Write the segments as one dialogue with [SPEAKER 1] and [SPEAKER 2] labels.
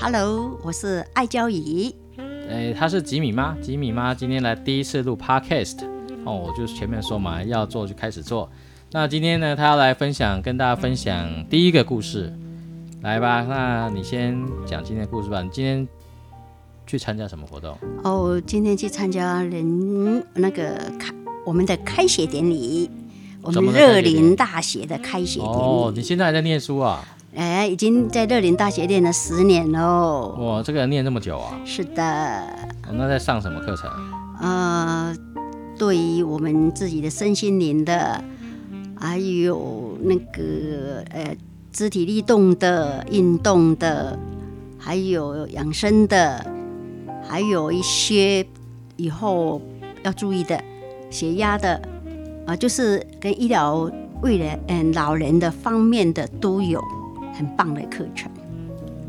[SPEAKER 1] Hello，我是艾娇怡。
[SPEAKER 2] 哎，她是吉米妈，吉米妈今天来第一次录 podcast 哦，我就是前面说嘛，要做就开始做。那今天呢，她要来分享，跟大家分享第一个故事，来吧，那你先讲今天的故事吧。你今天去参加什么活动？
[SPEAKER 1] 哦，今天去参加人那个开我们的开学典礼，我
[SPEAKER 2] 怎
[SPEAKER 1] 们
[SPEAKER 2] 么个开学
[SPEAKER 1] 乐
[SPEAKER 2] 典礼
[SPEAKER 1] 林大学的开学典
[SPEAKER 2] 哦，
[SPEAKER 1] 礼。
[SPEAKER 2] 你现在还在念书啊？
[SPEAKER 1] 哎，已经在乐林大学练了十年喽。
[SPEAKER 2] 哇，这个念这么久啊？
[SPEAKER 1] 是的，
[SPEAKER 2] 哦那在上什么课程？
[SPEAKER 1] 呃，对于我们自己的身心灵的，还有那个呃肢体力动的、运动的，还有养生的，还有一些以后要注意的血压的，啊、就是跟医疗未来嗯、老人的方面的都有很棒的课程。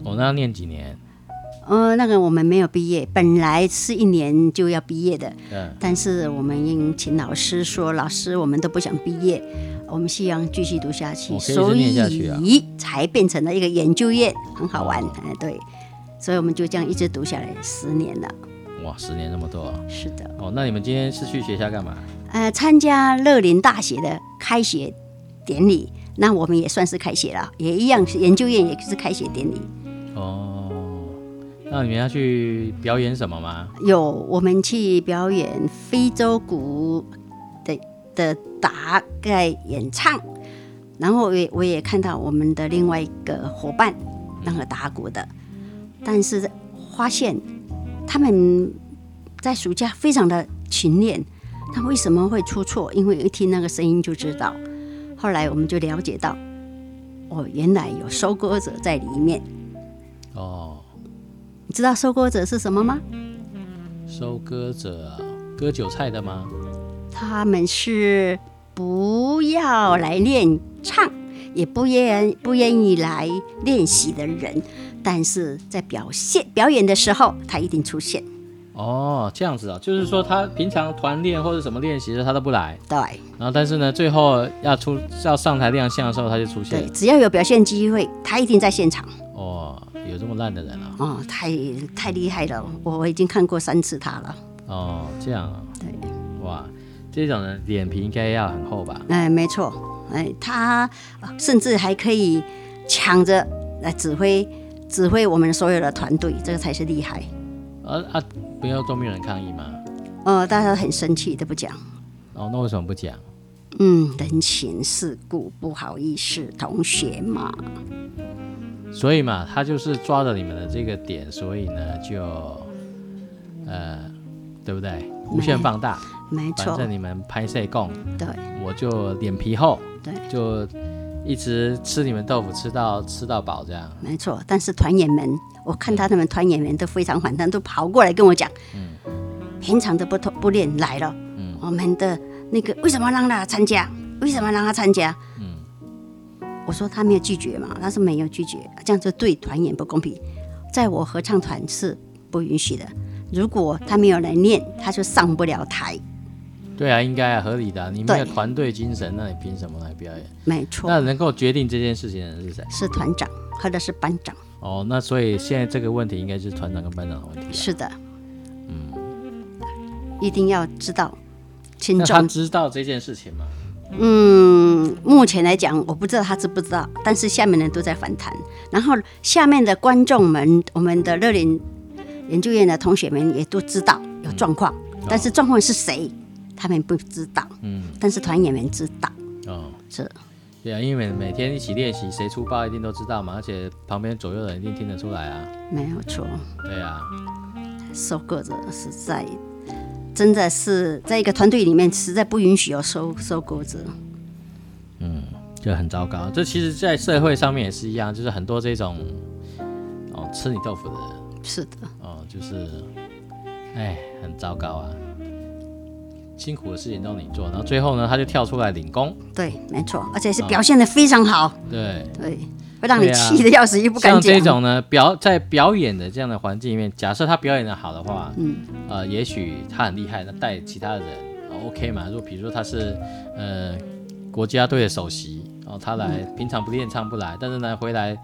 [SPEAKER 2] 哦，那要念几年？
[SPEAKER 1] 呃，那个我们没有毕业，本来是一年就要毕业的，
[SPEAKER 2] 嗯，
[SPEAKER 1] 但是我们应请老师说，老师我们都不想毕业，我们希望继续读下去，
[SPEAKER 2] 哦可以一直
[SPEAKER 1] 所
[SPEAKER 2] 念下去啊
[SPEAKER 1] 以才变成了一个研究院，很好玩，
[SPEAKER 2] 哦
[SPEAKER 1] 哎、对，所以我们就这样一直读下来十年了，
[SPEAKER 2] 哇，十年这么多啊。
[SPEAKER 1] 是的，
[SPEAKER 2] 哦，那你们今天是去学校干嘛？
[SPEAKER 1] 呃，参加乐林大学的开学典礼，那我们也算是开学了，也一样是研究院也是开学典礼，
[SPEAKER 2] 哦，那你们要去表演什么吗？
[SPEAKER 1] 有我们去表演非洲鼓的的大概演唱，然后我也我也看到我们的另外一个伙伴那个打鼓的，但是发现他们在暑假非常的勤练，那为什么会出错？因为一听那个声音就知道。后来我们就了解到，哦，原来有收割者在里面。
[SPEAKER 2] 哦，
[SPEAKER 1] 你知道收割者是什么吗？
[SPEAKER 2] 收割者啊，割韭菜的吗？
[SPEAKER 1] 他们是不要来练唱，也不愿不愿意来练习的人，但是在表现表演的时候，他一定出现。
[SPEAKER 2] 哦，这样子啊，就是说他平常团练或者什么练习的时候他都不来，
[SPEAKER 1] 对
[SPEAKER 2] 然后但是呢，最后要出要上台亮相的时候他就出现
[SPEAKER 1] 对，。只要有表现机会，他一定在现场。
[SPEAKER 2] 哦，有这么烂的人啊？
[SPEAKER 1] 哦，太太厉害了，我我已经看过三次他了。
[SPEAKER 2] 哦，这样啊，
[SPEAKER 1] 对，
[SPEAKER 2] 哇，这种人脸皮应该要很厚吧？
[SPEAKER 1] 哎，没错，哎，他呃甚至还可以抢着来指挥指挥我们所有的团队，这个才是厉害。
[SPEAKER 2] 啊啊，不要都没有人抗议吗？
[SPEAKER 1] 哦，大家都很生气，都不讲。
[SPEAKER 2] 哦，那为什么不讲？
[SPEAKER 1] 嗯，人情世故，不好意思，同学嘛。
[SPEAKER 2] 所以嘛，他就是抓着你们的这个点，所以呢，就呃，对不对？无限放大，
[SPEAKER 1] 没
[SPEAKER 2] 反
[SPEAKER 1] 错，
[SPEAKER 2] 正你们拍摄供，
[SPEAKER 1] 对
[SPEAKER 2] 我就脸皮厚，
[SPEAKER 1] 对，
[SPEAKER 2] 就一直吃你们豆腐，吃到吃到饱这样。
[SPEAKER 1] 没错。但是团员们，我看他们团员们都非常反弹，都跑过来跟我讲，平常的不同不练来了，我们的那个为什么让他参加？为什么让他参加？我说他没有拒绝嘛，他说没有拒绝，这样就对团员不公平。在我合唱团是不允许的，如果他没有来练，他就上不了台。
[SPEAKER 2] 对啊，应该啊，合理的啊、你们有
[SPEAKER 1] 对
[SPEAKER 2] 团队精神，那你凭什么来表演？
[SPEAKER 1] 没错。
[SPEAKER 2] 那能够决定这件事情的人是谁？
[SPEAKER 1] 是团长或者是班长。
[SPEAKER 2] 哦，那所以现在这个问题应该是团长跟班长的问题、啊。
[SPEAKER 1] 是的，嗯，一定要知道轻
[SPEAKER 2] 那他
[SPEAKER 1] 重。
[SPEAKER 2] 知道这件事情吗？
[SPEAKER 1] 嗯，目前来讲，我不知道他知不知道，但是下面人都在反弹。然后下面的观众们，我们的乐林研究院的同学们也都知道有状况，但是状况是谁，他们不知道。
[SPEAKER 2] 嗯，
[SPEAKER 1] 但是团员们知道。
[SPEAKER 2] 哦，
[SPEAKER 1] 是，
[SPEAKER 2] 对啊，因为每天一起练习，谁出包一定都知道嘛，而且旁边左右的人一定听得出来啊。
[SPEAKER 1] 没有错。
[SPEAKER 2] 对啊，
[SPEAKER 1] 收割者实在真的是在一个团队里面，实在不允许有收收割者。
[SPEAKER 2] 就很糟糕。这其实，在社会上面也是一样，就是很多这种哦吃你豆腐的人
[SPEAKER 1] 是的，
[SPEAKER 2] 哦，就是哎很糟糕啊。辛苦的事情都你做，然后最后呢，他就跳出来领功，
[SPEAKER 1] 对，没错，而且是表现的非常好，
[SPEAKER 2] 对，
[SPEAKER 1] 对，会让你
[SPEAKER 2] 对啊
[SPEAKER 1] 气得要死，又不敢
[SPEAKER 2] 像这
[SPEAKER 1] 讲。
[SPEAKER 2] 种呢，表在表演的这样的环境里面，假设他表演的好的话，嗯，呃，也许他很厉害，那带其他的人、哦、，OK 嘛？如果比如说他是
[SPEAKER 1] 嗯
[SPEAKER 2] 呃国家队的首席，哦，他来、平常不练唱不来，但是呢回来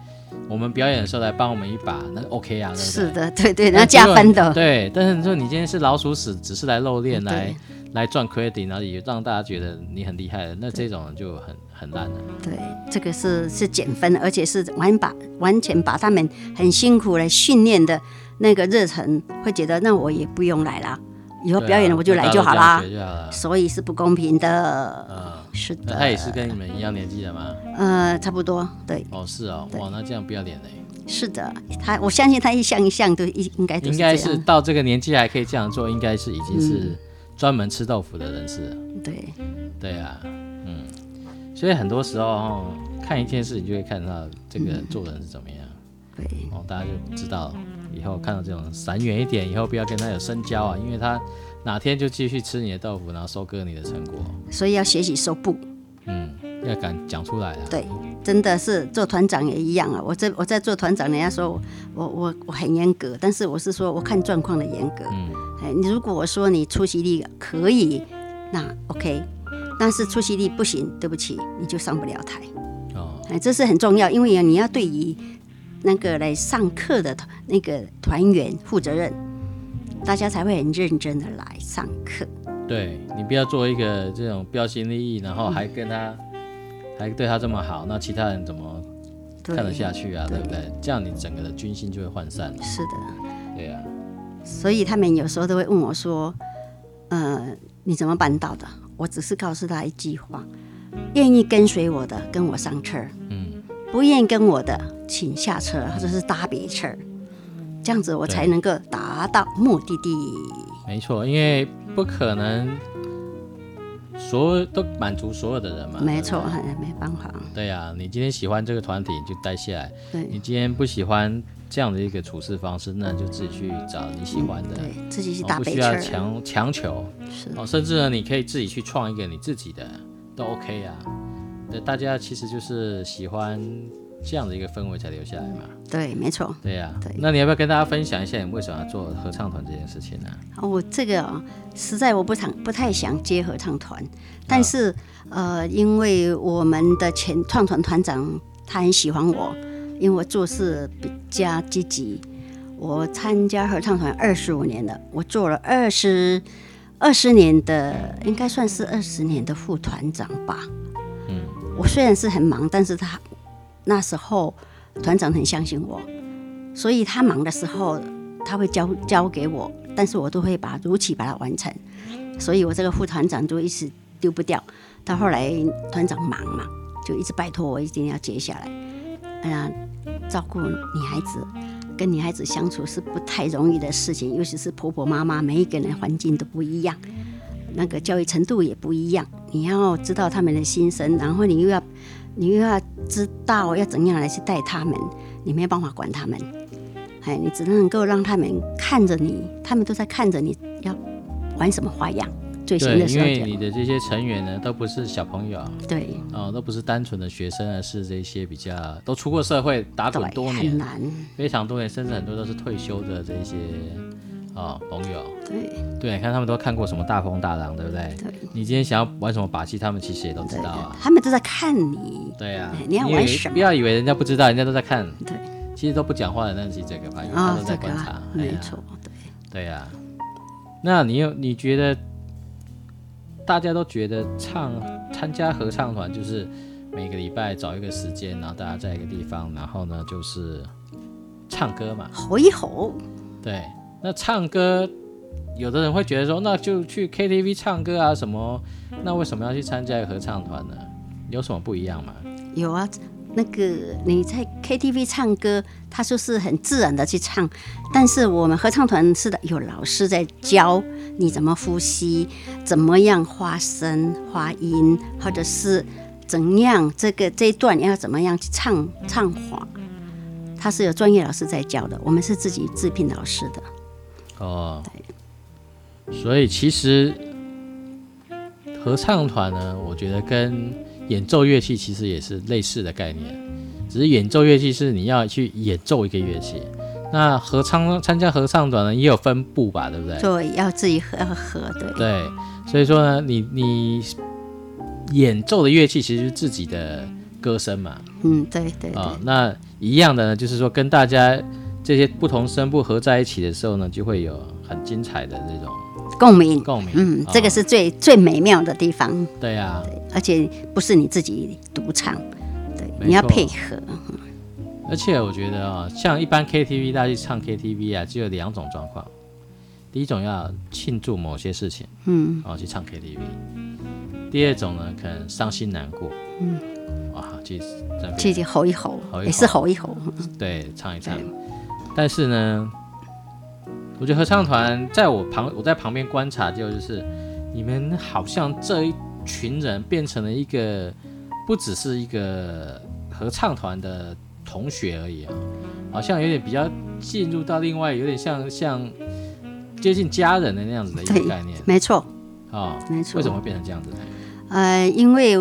[SPEAKER 2] 我们表演的时候来帮我们一把，那 OK 啊，对不对？
[SPEAKER 1] 是的，对对，哎那加分的，
[SPEAKER 2] 哎对，但是你说你今天是老鼠屎，只是来露脸，
[SPEAKER 1] 嗯对
[SPEAKER 2] 来来赚 credit，然后也让大家觉得你很厉害的，那这种人就很很烂了。
[SPEAKER 1] 对，这个是是减分，而且是完把完全把他们很辛苦来训练的那个热忱，会觉得那我也不用来啦，以后
[SPEAKER 2] 对啊
[SPEAKER 1] 表演了我就来
[SPEAKER 2] 大家
[SPEAKER 1] 就
[SPEAKER 2] 都
[SPEAKER 1] 好
[SPEAKER 2] 这样
[SPEAKER 1] 啦
[SPEAKER 2] 学，就好了。
[SPEAKER 1] 所以是不公平的。
[SPEAKER 2] 嗯，
[SPEAKER 1] 是
[SPEAKER 2] 那他也
[SPEAKER 1] 的，
[SPEAKER 2] 是跟你们一样年纪的吗？
[SPEAKER 1] 呃，差不多，对，
[SPEAKER 2] 哦，是哦，
[SPEAKER 1] 对
[SPEAKER 2] 哇，那这样不要脸嘞！
[SPEAKER 1] 是的，他我相信他一项一项都应应该哎都
[SPEAKER 2] 应
[SPEAKER 1] 是这
[SPEAKER 2] 该是
[SPEAKER 1] 样，嗯
[SPEAKER 2] 到这个年纪还可以这样做，应该是已经是专门吃豆腐的人士了。
[SPEAKER 1] 对，
[SPEAKER 2] 对啊，嗯，所以很多时候、哦、看一件事情就会看到这个人做人是怎么样，
[SPEAKER 1] 对，
[SPEAKER 2] 哦，大家就知道以后看到这种闪远一点，以后不要跟他有深交啊，因为他哪天就继续吃你的豆腐，然后收割你的成果，
[SPEAKER 1] 所以要学习收布。
[SPEAKER 2] 嗯，要敢讲出来啊，
[SPEAKER 1] 对，真的是做团长也一样啊。我在我在做团长，人家说我我我我很严格，但是我是说我看状况的严格。
[SPEAKER 2] 嗯
[SPEAKER 1] 哎，你如果我说你出席率可以，那 OK，但是出席率不行，对不起，你就上不了台。
[SPEAKER 2] 哦，
[SPEAKER 1] 哎，这是很重要，因为你要对于那个来上课的团那个团员负责任，大家才会很认真的来上课。
[SPEAKER 2] 对你不要做一个这种标新立异，然后还跟他、还对他这么好，那其他人怎么
[SPEAKER 1] 对
[SPEAKER 2] 看得下去啊？对
[SPEAKER 1] 对
[SPEAKER 2] 不对？这样你整个的军心就会涣散了，
[SPEAKER 1] 是的。
[SPEAKER 2] 对啊，
[SPEAKER 1] 所以他们有时候都会问我说：“呃，你怎么办到的？”我只是告诉他一句话：愿意跟随我的，跟我上车；
[SPEAKER 2] 嗯。
[SPEAKER 1] 不愿意跟我的，请下车或者是搭别车。这样子我才能够达到目的地。
[SPEAKER 2] 没错，因为不可能所有都满足所有的人嘛。
[SPEAKER 1] 没错，哎没办法，
[SPEAKER 2] 对呀、你今天喜欢这个团体，你就待下来；你
[SPEAKER 1] 对
[SPEAKER 2] 今天不喜欢这样的一个处事方式，那就自己去找你喜欢的，
[SPEAKER 1] 嗯对，自己去
[SPEAKER 2] 哦
[SPEAKER 1] 搭
[SPEAKER 2] 不
[SPEAKER 1] 别
[SPEAKER 2] 需
[SPEAKER 1] 车
[SPEAKER 2] 要。强强求
[SPEAKER 1] 是
[SPEAKER 2] 哦。甚至呢，你可以自己去创一个你自己的，都 OK 啊。对，大家其实就是喜欢这样的一个氛围才留下来嘛。
[SPEAKER 1] 对，没错。
[SPEAKER 2] 对呀、
[SPEAKER 1] 对
[SPEAKER 2] 那你要不要跟大家分享一下你为什么要做合唱团这件事情呢、
[SPEAKER 1] 啊我这个、哦、实在我不想不太想接合唱团，但是、呃，因为我们的前创团团长他很喜欢我，因为我做事比较积极。我参加合唱团二十五年了，我做了二十二十年的，应该算是二十年的副团长吧。
[SPEAKER 2] 嗯，
[SPEAKER 1] 我虽然是很忙，但是他那时候团长很相信我，所以他忙的时候他会交交给我，但是我都会把如期把它完成，所以我这个副团长就一直丢不掉。到后来团长忙嘛，就一直拜托我一定要接下来。哎呀，照顾女孩子，跟女孩子相处是不太容易的事情，尤其是婆婆妈妈，每一个人环境都不一样，那个教育程度也不一样，你要知道他们的心声，然后你又要你又要知道要怎样来去带他们，你没有办法管他们，哎，你只能够让他们看着你，他们都在看着你要玩什么花样，最新
[SPEAKER 2] 对，
[SPEAKER 1] 的时
[SPEAKER 2] 因
[SPEAKER 1] 候
[SPEAKER 2] 为
[SPEAKER 1] 就
[SPEAKER 2] 你的这些成员呢，都不是小朋友，
[SPEAKER 1] 对。
[SPEAKER 2] 哦，都不是单纯的学生，而是这些比较都出过社会、打
[SPEAKER 1] 对
[SPEAKER 2] 滚，多
[SPEAKER 1] 很
[SPEAKER 2] 年、
[SPEAKER 1] 难，
[SPEAKER 2] 非常多年，甚至很多都是退休的这些啊、哦朋友。
[SPEAKER 1] 对
[SPEAKER 2] 对，你看他们都看过什么大风大浪，对不对？
[SPEAKER 1] 对
[SPEAKER 2] 你今天想要玩什么把戏，他们其实也都知
[SPEAKER 1] 对
[SPEAKER 2] 道啊。
[SPEAKER 1] 他们都在看你，
[SPEAKER 2] 对啊，
[SPEAKER 1] 你要
[SPEAKER 2] 以为
[SPEAKER 1] 玩什么
[SPEAKER 2] 不要以为人家不知道，人家都在看，
[SPEAKER 1] 对
[SPEAKER 2] 其实都不讲话的，那是最可怕，因为哎他
[SPEAKER 1] 啊
[SPEAKER 2] 都，在
[SPEAKER 1] 这个
[SPEAKER 2] 观察。
[SPEAKER 1] 啊
[SPEAKER 2] 哎呀
[SPEAKER 1] 没错，对。
[SPEAKER 2] 对呀、那你有你觉得大家都觉得唱参加合唱团就是每个礼拜找一个时间，然后大家在一个地方，然后呢就是唱歌嘛。
[SPEAKER 1] 吼一吼，
[SPEAKER 2] 对，那唱歌有的人会觉得说，那就去 KTV 唱歌啊什么，那为什么要去参加合唱团呢？有什么不一样吗？
[SPEAKER 1] 有啊，那个你在 KTV 唱歌，他就是很自然的去唱，但是我们合唱团是的，有老师在教你怎么呼吸，怎么样发声、发音，或者是怎样这个这一段要怎么样去唱唱法，他是有专业老师在教的，我们是自己自聘老师的。
[SPEAKER 2] 哦，所以其实合唱团呢，我觉得跟演奏乐器其实也是类似的概念，只是演奏乐器是你要去演奏一个乐器。那合唱参加合唱团呢，也有分部吧，对不对？
[SPEAKER 1] 对，要自己合合，对，
[SPEAKER 2] 对，所以说呢，你你演奏的乐器其实是自己的歌声嘛，
[SPEAKER 1] 嗯，对对对，
[SPEAKER 2] 啊、那一样的呢，就是说跟大家这些不同声部合在一起的时候呢，就会有很精彩的这种
[SPEAKER 1] 共鸣，
[SPEAKER 2] 共鸣。
[SPEAKER 1] 嗯
[SPEAKER 2] 哦，
[SPEAKER 1] 这个是最最美妙的地方，
[SPEAKER 2] 对啊呀、
[SPEAKER 1] 而且不是你自己独唱，对，
[SPEAKER 2] 没
[SPEAKER 1] 你要
[SPEAKER 2] 错
[SPEAKER 1] 配合，
[SPEAKER 2] 而且我觉得啊、像一般 KTV 大家去唱 KTV 啊，只有两种状况。第一种要庆祝某些事情，嗯，然后去唱 KTV。第二种呢，可能伤心难过，嗯，哇，去这边
[SPEAKER 1] 去吼一吼
[SPEAKER 2] 吼一吼，
[SPEAKER 1] 也是吼一吼，
[SPEAKER 2] 对唱一唱
[SPEAKER 1] 对。
[SPEAKER 2] 但是呢，我觉得合唱团在我旁，我在旁边观察，就是你们好像这一群人变成了一个，不只是一个合唱团的同学而已啊，好像有点比较进入到另外，有点像像接近家人的那样子的一
[SPEAKER 1] 对
[SPEAKER 2] 个概念
[SPEAKER 1] 没错，
[SPEAKER 2] 啊、
[SPEAKER 1] 没错
[SPEAKER 2] 为什么会变成这样子呢？
[SPEAKER 1] 呃，因为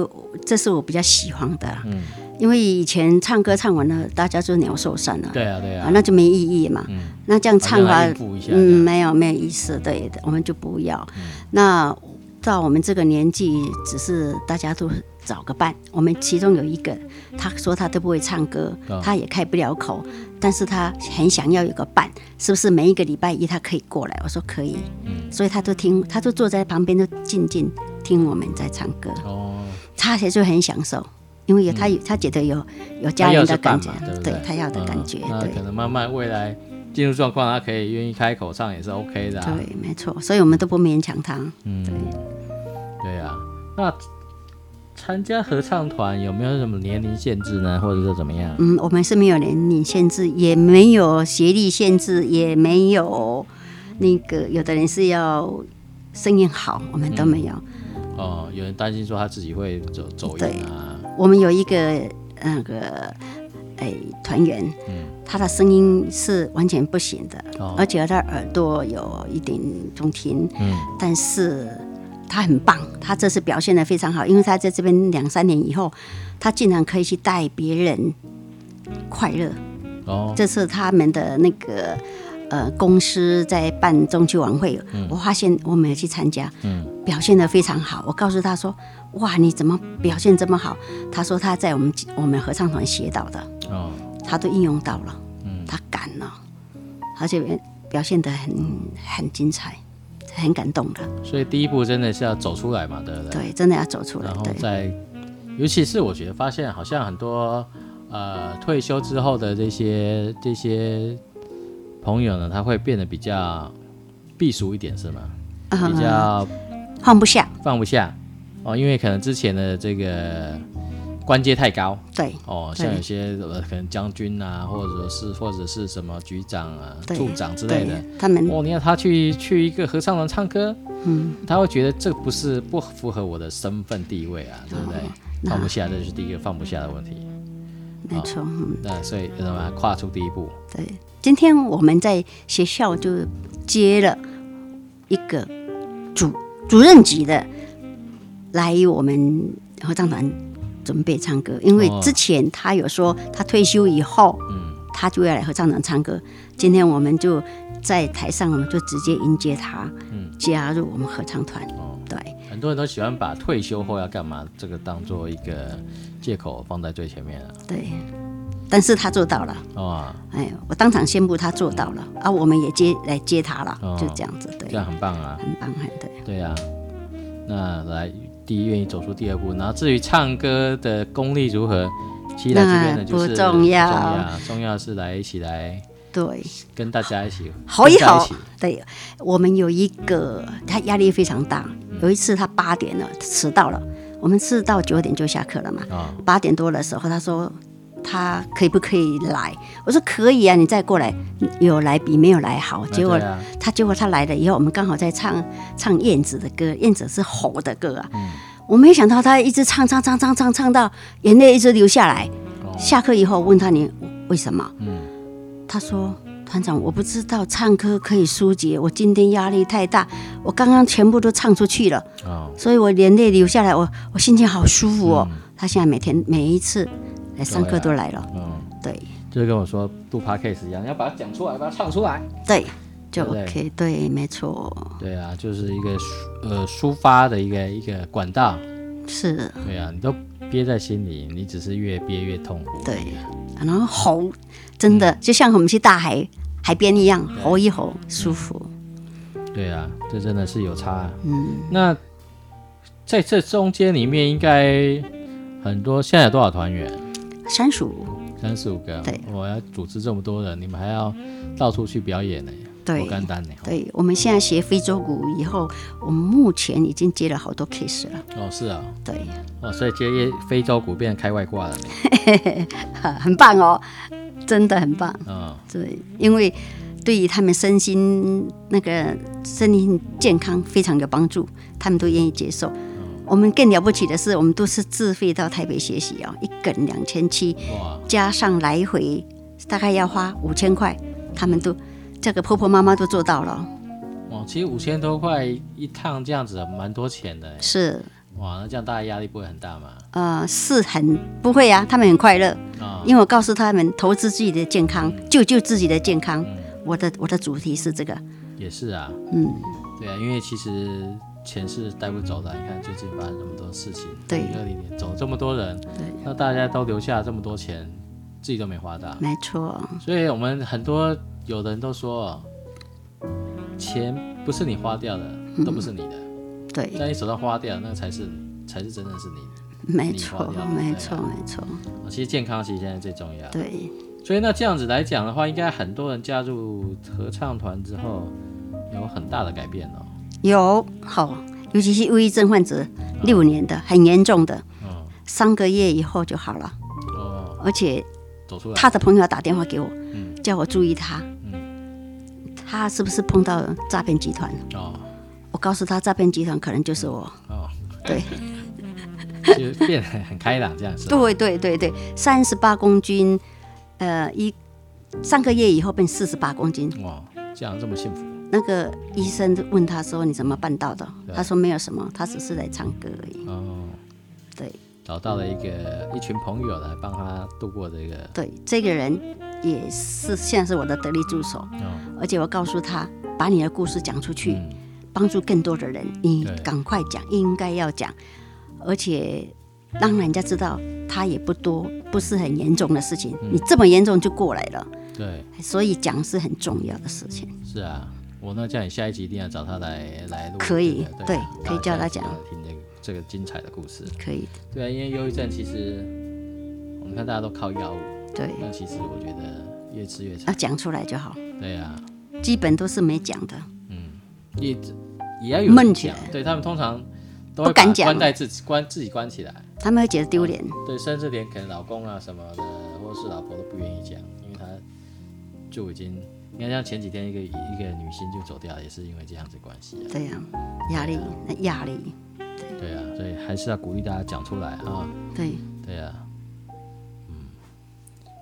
[SPEAKER 1] 这是我比较喜欢的，
[SPEAKER 2] 嗯，
[SPEAKER 1] 因为以前唱歌唱完了，大家就鸟兽散了，
[SPEAKER 2] 对啊，对
[SPEAKER 1] 啊，
[SPEAKER 2] 啊，
[SPEAKER 1] 那就没意义嘛。
[SPEAKER 2] 嗯
[SPEAKER 1] 那这样唱
[SPEAKER 2] 好像
[SPEAKER 1] 法
[SPEAKER 2] 来应付一下，
[SPEAKER 1] 嗯，
[SPEAKER 2] 这样嗯
[SPEAKER 1] 没有没有意思，对的，我们就不要。那到我们这个年纪，只是大家都找个伴。我们其中有一个，他说他都不会唱歌
[SPEAKER 2] 啊，
[SPEAKER 1] 他也开不了口，但是他很想要有个伴，是不是？每一个礼拜一他可以过来，我说可以，
[SPEAKER 2] 嗯
[SPEAKER 1] 所以他都听，他就坐在旁边，就静静听我们在唱歌，
[SPEAKER 2] 哦，
[SPEAKER 1] 他也就很享受。因为有他有，他觉得有有家
[SPEAKER 2] 嗯他要
[SPEAKER 1] 人
[SPEAKER 2] 是
[SPEAKER 1] 的感
[SPEAKER 2] 伴
[SPEAKER 1] 觉
[SPEAKER 2] 嘛，对不
[SPEAKER 1] 对他要的感觉，
[SPEAKER 2] 嗯那
[SPEAKER 1] 对。
[SPEAKER 2] 可能慢慢未来进入状况，他可以愿意开口唱也是 OK 的、啊。
[SPEAKER 1] 对，没错，所以我们都不勉强他。
[SPEAKER 2] 嗯
[SPEAKER 1] 对，
[SPEAKER 2] 对啊。那参加合唱团有没有什么年龄限制呢？或者是怎么样？
[SPEAKER 1] 嗯，我们是没有年龄限制，也没有学历限制，也没有那个有的人是要声音好，我们都没有。
[SPEAKER 2] 哦，有人担心说他自己会走走音啊。
[SPEAKER 1] 我们有一个呃那个哎团员，他的声音是完全不行的，
[SPEAKER 2] 嗯哦
[SPEAKER 1] 而且他耳朵有一点中听，
[SPEAKER 2] 嗯
[SPEAKER 1] 但是他很棒，他这次表现的非常好，因为他在这边两三年以后，他竟然可以去带别人快乐。
[SPEAKER 2] 哦，
[SPEAKER 1] 这次他们的那个呃公司在办中秋晚会，我发现我没有去参加，
[SPEAKER 2] 嗯
[SPEAKER 1] 表现得非常好。我告诉他说：“哇，你怎么表现这么好？”他说他在我们我们合唱团学到的，
[SPEAKER 2] 哦，
[SPEAKER 1] 他都应用到了，
[SPEAKER 2] 嗯
[SPEAKER 1] 他敢了，而且表现得很很精彩，很感动的。
[SPEAKER 2] 所以第一步真的是要走出来嘛，对不对？
[SPEAKER 1] 对，真的要走出来
[SPEAKER 2] 然。后
[SPEAKER 1] 对，
[SPEAKER 2] 再，尤其是我觉得发现好像很多呃退休之后的这些这些朋友呢，他会变得比较避俗一点，是吗？比较
[SPEAKER 1] 嗯放不下。
[SPEAKER 2] 放不下哦，因为可能之前的这个官阶太高
[SPEAKER 1] 对
[SPEAKER 2] 哦，
[SPEAKER 1] 对
[SPEAKER 2] 像有些呃可能将军啊，或者是或者是什么局长啊、
[SPEAKER 1] 对，
[SPEAKER 2] 处长之类的
[SPEAKER 1] 对，他们
[SPEAKER 2] 哦，你要他去去一个合唱团唱歌，嗯，他会觉得这不是不符合我的身份地位啊，对不对？
[SPEAKER 1] 哦那嗯
[SPEAKER 2] 放不下，这就是第一个放不下的问题。
[SPEAKER 1] 没错，嗯，
[SPEAKER 2] 那所以什么跨出第一步，
[SPEAKER 1] 对，今天我们在学校就接了一个主主任级的来我们合唱团准备唱歌，因为
[SPEAKER 2] 哦
[SPEAKER 1] 之前他有说他退休以后，
[SPEAKER 2] 嗯，
[SPEAKER 1] 他就要来合唱团唱歌。今天我们就在台上，我们就直接迎接他，
[SPEAKER 2] 嗯
[SPEAKER 1] 加入我们合唱团。
[SPEAKER 2] 哦
[SPEAKER 1] 对，
[SPEAKER 2] 很多人都喜欢把退休后要干嘛这个当做一个借口放在最前面啊，
[SPEAKER 1] 对，但是他做到了，
[SPEAKER 2] 哦，
[SPEAKER 1] 哎，我当场宣布他做到了，啊，我们也接来接他了，
[SPEAKER 2] 哦
[SPEAKER 1] 就这样子，对
[SPEAKER 2] 这，样很棒啊，
[SPEAKER 1] 很棒，很对。
[SPEAKER 2] 对啊。那来第一愿意走出第二步，然后至于唱歌的功力如何，其实来这边呢
[SPEAKER 1] 那
[SPEAKER 2] 就是
[SPEAKER 1] 不重要
[SPEAKER 2] 不重要，重要是来一起来
[SPEAKER 1] 对，
[SPEAKER 2] 跟大家一起
[SPEAKER 1] 吼一
[SPEAKER 2] 跟大家
[SPEAKER 1] 吼
[SPEAKER 2] 起。
[SPEAKER 1] 对，我们有一个他压力非常大，有一次他八点了迟到了，我们是到九点就下课了嘛，
[SPEAKER 2] 啊、
[SPEAKER 1] 八点多的时候他说。他可以不可以来？我说可以啊，你再过来，有来比没有来好。
[SPEAKER 2] 那
[SPEAKER 1] 结果
[SPEAKER 2] 对啊
[SPEAKER 1] 他结果他来了以后，我们刚好在唱唱燕子的歌，燕子是吼的歌啊。
[SPEAKER 2] 嗯
[SPEAKER 1] 我没想到他一直唱唱唱唱唱唱到眼泪一直流下来。
[SPEAKER 2] 哦
[SPEAKER 1] 下课以后问他你为什么？
[SPEAKER 2] 嗯，
[SPEAKER 1] 他说：“团长，我不知道唱歌可以疏解，我今天压力太大，我刚刚全部都唱出去了，
[SPEAKER 2] 哦，
[SPEAKER 1] 所以我眼泪流下来，我我心情好舒服哦。他现在每天每一次来上课都来了，
[SPEAKER 2] 嗯，
[SPEAKER 1] 对
[SPEAKER 2] 就跟我说录 podcast 一样，要把它讲出来，把它唱出来。
[SPEAKER 1] 对，就
[SPEAKER 2] 对不对
[SPEAKER 1] OK，对，没错，
[SPEAKER 2] 对啊，就是一个抒呃抒发的一个一个管道。
[SPEAKER 1] 是，
[SPEAKER 2] 对啊，你都憋在心里，你只是越憋越痛苦。
[SPEAKER 1] 对，然后吼，真的就像我们去大海海边一样，吼一吼，舒服。
[SPEAKER 2] 对啊，这真的是有差、啊。嗯，那在这中间里面，应该很多现在有多少团员？
[SPEAKER 1] 山鼠，
[SPEAKER 2] 三十五个。
[SPEAKER 1] 对，
[SPEAKER 2] 我要组织这么多人，你们还要到处去表演呢，
[SPEAKER 1] 对
[SPEAKER 2] 不干单呢。哦
[SPEAKER 1] 对，我们现在学非洲鼓以后，我们目前已经接了好多 case 了。
[SPEAKER 2] 哦，是啊，
[SPEAKER 1] 对，
[SPEAKER 2] 哦，所以接业非洲鼓变成开外挂了呢。
[SPEAKER 1] 很 很棒哦，真的很棒。
[SPEAKER 2] 嗯，
[SPEAKER 1] 对，因为对于他们身心那个身心健康非常有帮助，他们都愿意接受。我们更了不起的是，我们都是自费到台北学习哦，一梗两千七，
[SPEAKER 2] 哇，
[SPEAKER 1] 加上来回大概要花五千块，他们都这个婆婆妈妈都做到了，
[SPEAKER 2] 哦，其实五千多块一趟这样子，蛮多钱的耶。
[SPEAKER 1] 是
[SPEAKER 2] 哇，那这样大家压力不会很大吗？
[SPEAKER 1] 呃是很不会啊，他们很快乐，
[SPEAKER 2] 啊、
[SPEAKER 1] 因为我告诉他们投资自己的健康，救救自己的健康。我的我的主题是这个，
[SPEAKER 2] 也是啊，
[SPEAKER 1] 嗯，
[SPEAKER 2] 对啊，因为其实钱是带不走的。你看最近发生这么多事情，
[SPEAKER 1] 对
[SPEAKER 2] 二零年走这么多人，
[SPEAKER 1] 对，
[SPEAKER 2] 那大家都留下了这么多钱，自己都没花到，
[SPEAKER 1] 没错，
[SPEAKER 2] 所以我们很多有人都说，钱不是你花掉的，都不是你的，
[SPEAKER 1] 嗯对。
[SPEAKER 2] 在你手上花掉，那才是才是真正是你的。
[SPEAKER 1] 没错
[SPEAKER 2] 你花掉，了
[SPEAKER 1] 没错，没错，
[SPEAKER 2] 哦其实健康其实现在最重要。
[SPEAKER 1] 对，
[SPEAKER 2] 所以那这样子来讲的话，应该很多人加入合唱团之后，有很大的改变哦。
[SPEAKER 1] 有好、尤其是忧郁症患者，六年的很严重的，
[SPEAKER 2] 嗯，
[SPEAKER 1] 三个月以后就好了。
[SPEAKER 2] 哦，
[SPEAKER 1] 而且
[SPEAKER 2] 走出来。
[SPEAKER 1] 他的朋友打电话给我，叫我注意他，他是不是碰到诈骗集团？
[SPEAKER 2] 哦
[SPEAKER 1] 我告诉他，诈骗集团可能就是我。
[SPEAKER 2] 哦，
[SPEAKER 1] 对，
[SPEAKER 2] 就变得很开朗这样子。
[SPEAKER 1] 对，对，对，对，三十八公斤，呃，一三个月以后变四十八公斤，
[SPEAKER 2] 哇，这样这么幸福。
[SPEAKER 1] 那个医生问他说：“你怎么办到的？”
[SPEAKER 2] 对
[SPEAKER 1] 他说：“没有什么，他只是来唱歌而已。
[SPEAKER 2] 哦，”
[SPEAKER 1] 对
[SPEAKER 2] 找到了一个一群朋友来帮他度过这个。
[SPEAKER 1] 对，这个人也是现在是我的得力助手，
[SPEAKER 2] 嗯
[SPEAKER 1] 而且我告诉他，把你的故事讲出去，
[SPEAKER 2] 嗯
[SPEAKER 1] 帮助更多的人，你
[SPEAKER 2] 对
[SPEAKER 1] 赶快讲，应该要讲，而且让人家知道他也不多，不是很严重的事情，
[SPEAKER 2] 嗯
[SPEAKER 1] 你这么严重就过来了，
[SPEAKER 2] 对，
[SPEAKER 1] 所以讲是很重要的事情。
[SPEAKER 2] 是啊。我那叫你下一集一定要找他来来录这个。
[SPEAKER 1] 可以
[SPEAKER 2] 对
[SPEAKER 1] 对
[SPEAKER 2] 啊，
[SPEAKER 1] 可以叫他讲
[SPEAKER 2] 下一集要听这个这个精彩的故事。
[SPEAKER 1] 可以，
[SPEAKER 2] 对啊，因为忧郁症其实我们看大家都靠药物，
[SPEAKER 1] 对，
[SPEAKER 2] 但其实我觉得越吃越惨。
[SPEAKER 1] 要讲出来就好，
[SPEAKER 2] 对啊，
[SPEAKER 1] 基本都是没讲的，
[SPEAKER 2] 也也要有人
[SPEAKER 1] 闷起
[SPEAKER 2] 讲
[SPEAKER 1] 来。
[SPEAKER 2] 对他们通常都
[SPEAKER 1] 不
[SPEAKER 2] 会把
[SPEAKER 1] 敢讲
[SPEAKER 2] 关在自己关自己关起来。
[SPEAKER 1] 他们会觉得丢脸。
[SPEAKER 2] 对，甚至连可能老公啊什么的，或者是老婆都不愿意讲，因为他就已经，你看像前几天一个一个女星就走掉，也是因为这样子关系啊。
[SPEAKER 1] 对呀、压力，那压力，
[SPEAKER 2] 对啊，所以还是要鼓励大家讲出来啊。
[SPEAKER 1] 对，
[SPEAKER 2] 对啊，嗯，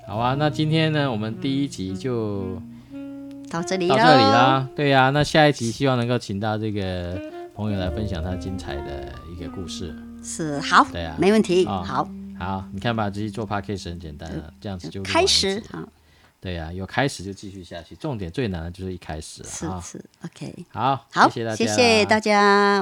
[SPEAKER 2] 好啊，那今天呢，我们第一集就
[SPEAKER 1] 嗯到这里
[SPEAKER 2] 到
[SPEAKER 1] 咯
[SPEAKER 2] 这里。啦。对啊，那下一集希望能够请到这个朋友来分享他精彩的一个故事。
[SPEAKER 1] 是好，
[SPEAKER 2] 对啊
[SPEAKER 1] 没问题，
[SPEAKER 2] 啊
[SPEAKER 1] 好，
[SPEAKER 2] 好，你看吧，这己做 p a c k a g e 很简单了，这样子就录完
[SPEAKER 1] 开
[SPEAKER 2] 一
[SPEAKER 1] 始
[SPEAKER 2] 集
[SPEAKER 1] 啊，
[SPEAKER 2] 对呀、有开始就继续下去，重点最难的就是一开始
[SPEAKER 1] 是
[SPEAKER 2] 啊。
[SPEAKER 1] 是，OK，
[SPEAKER 2] 好，
[SPEAKER 1] 好，
[SPEAKER 2] 谢谢大家啦，
[SPEAKER 1] 谢谢大家。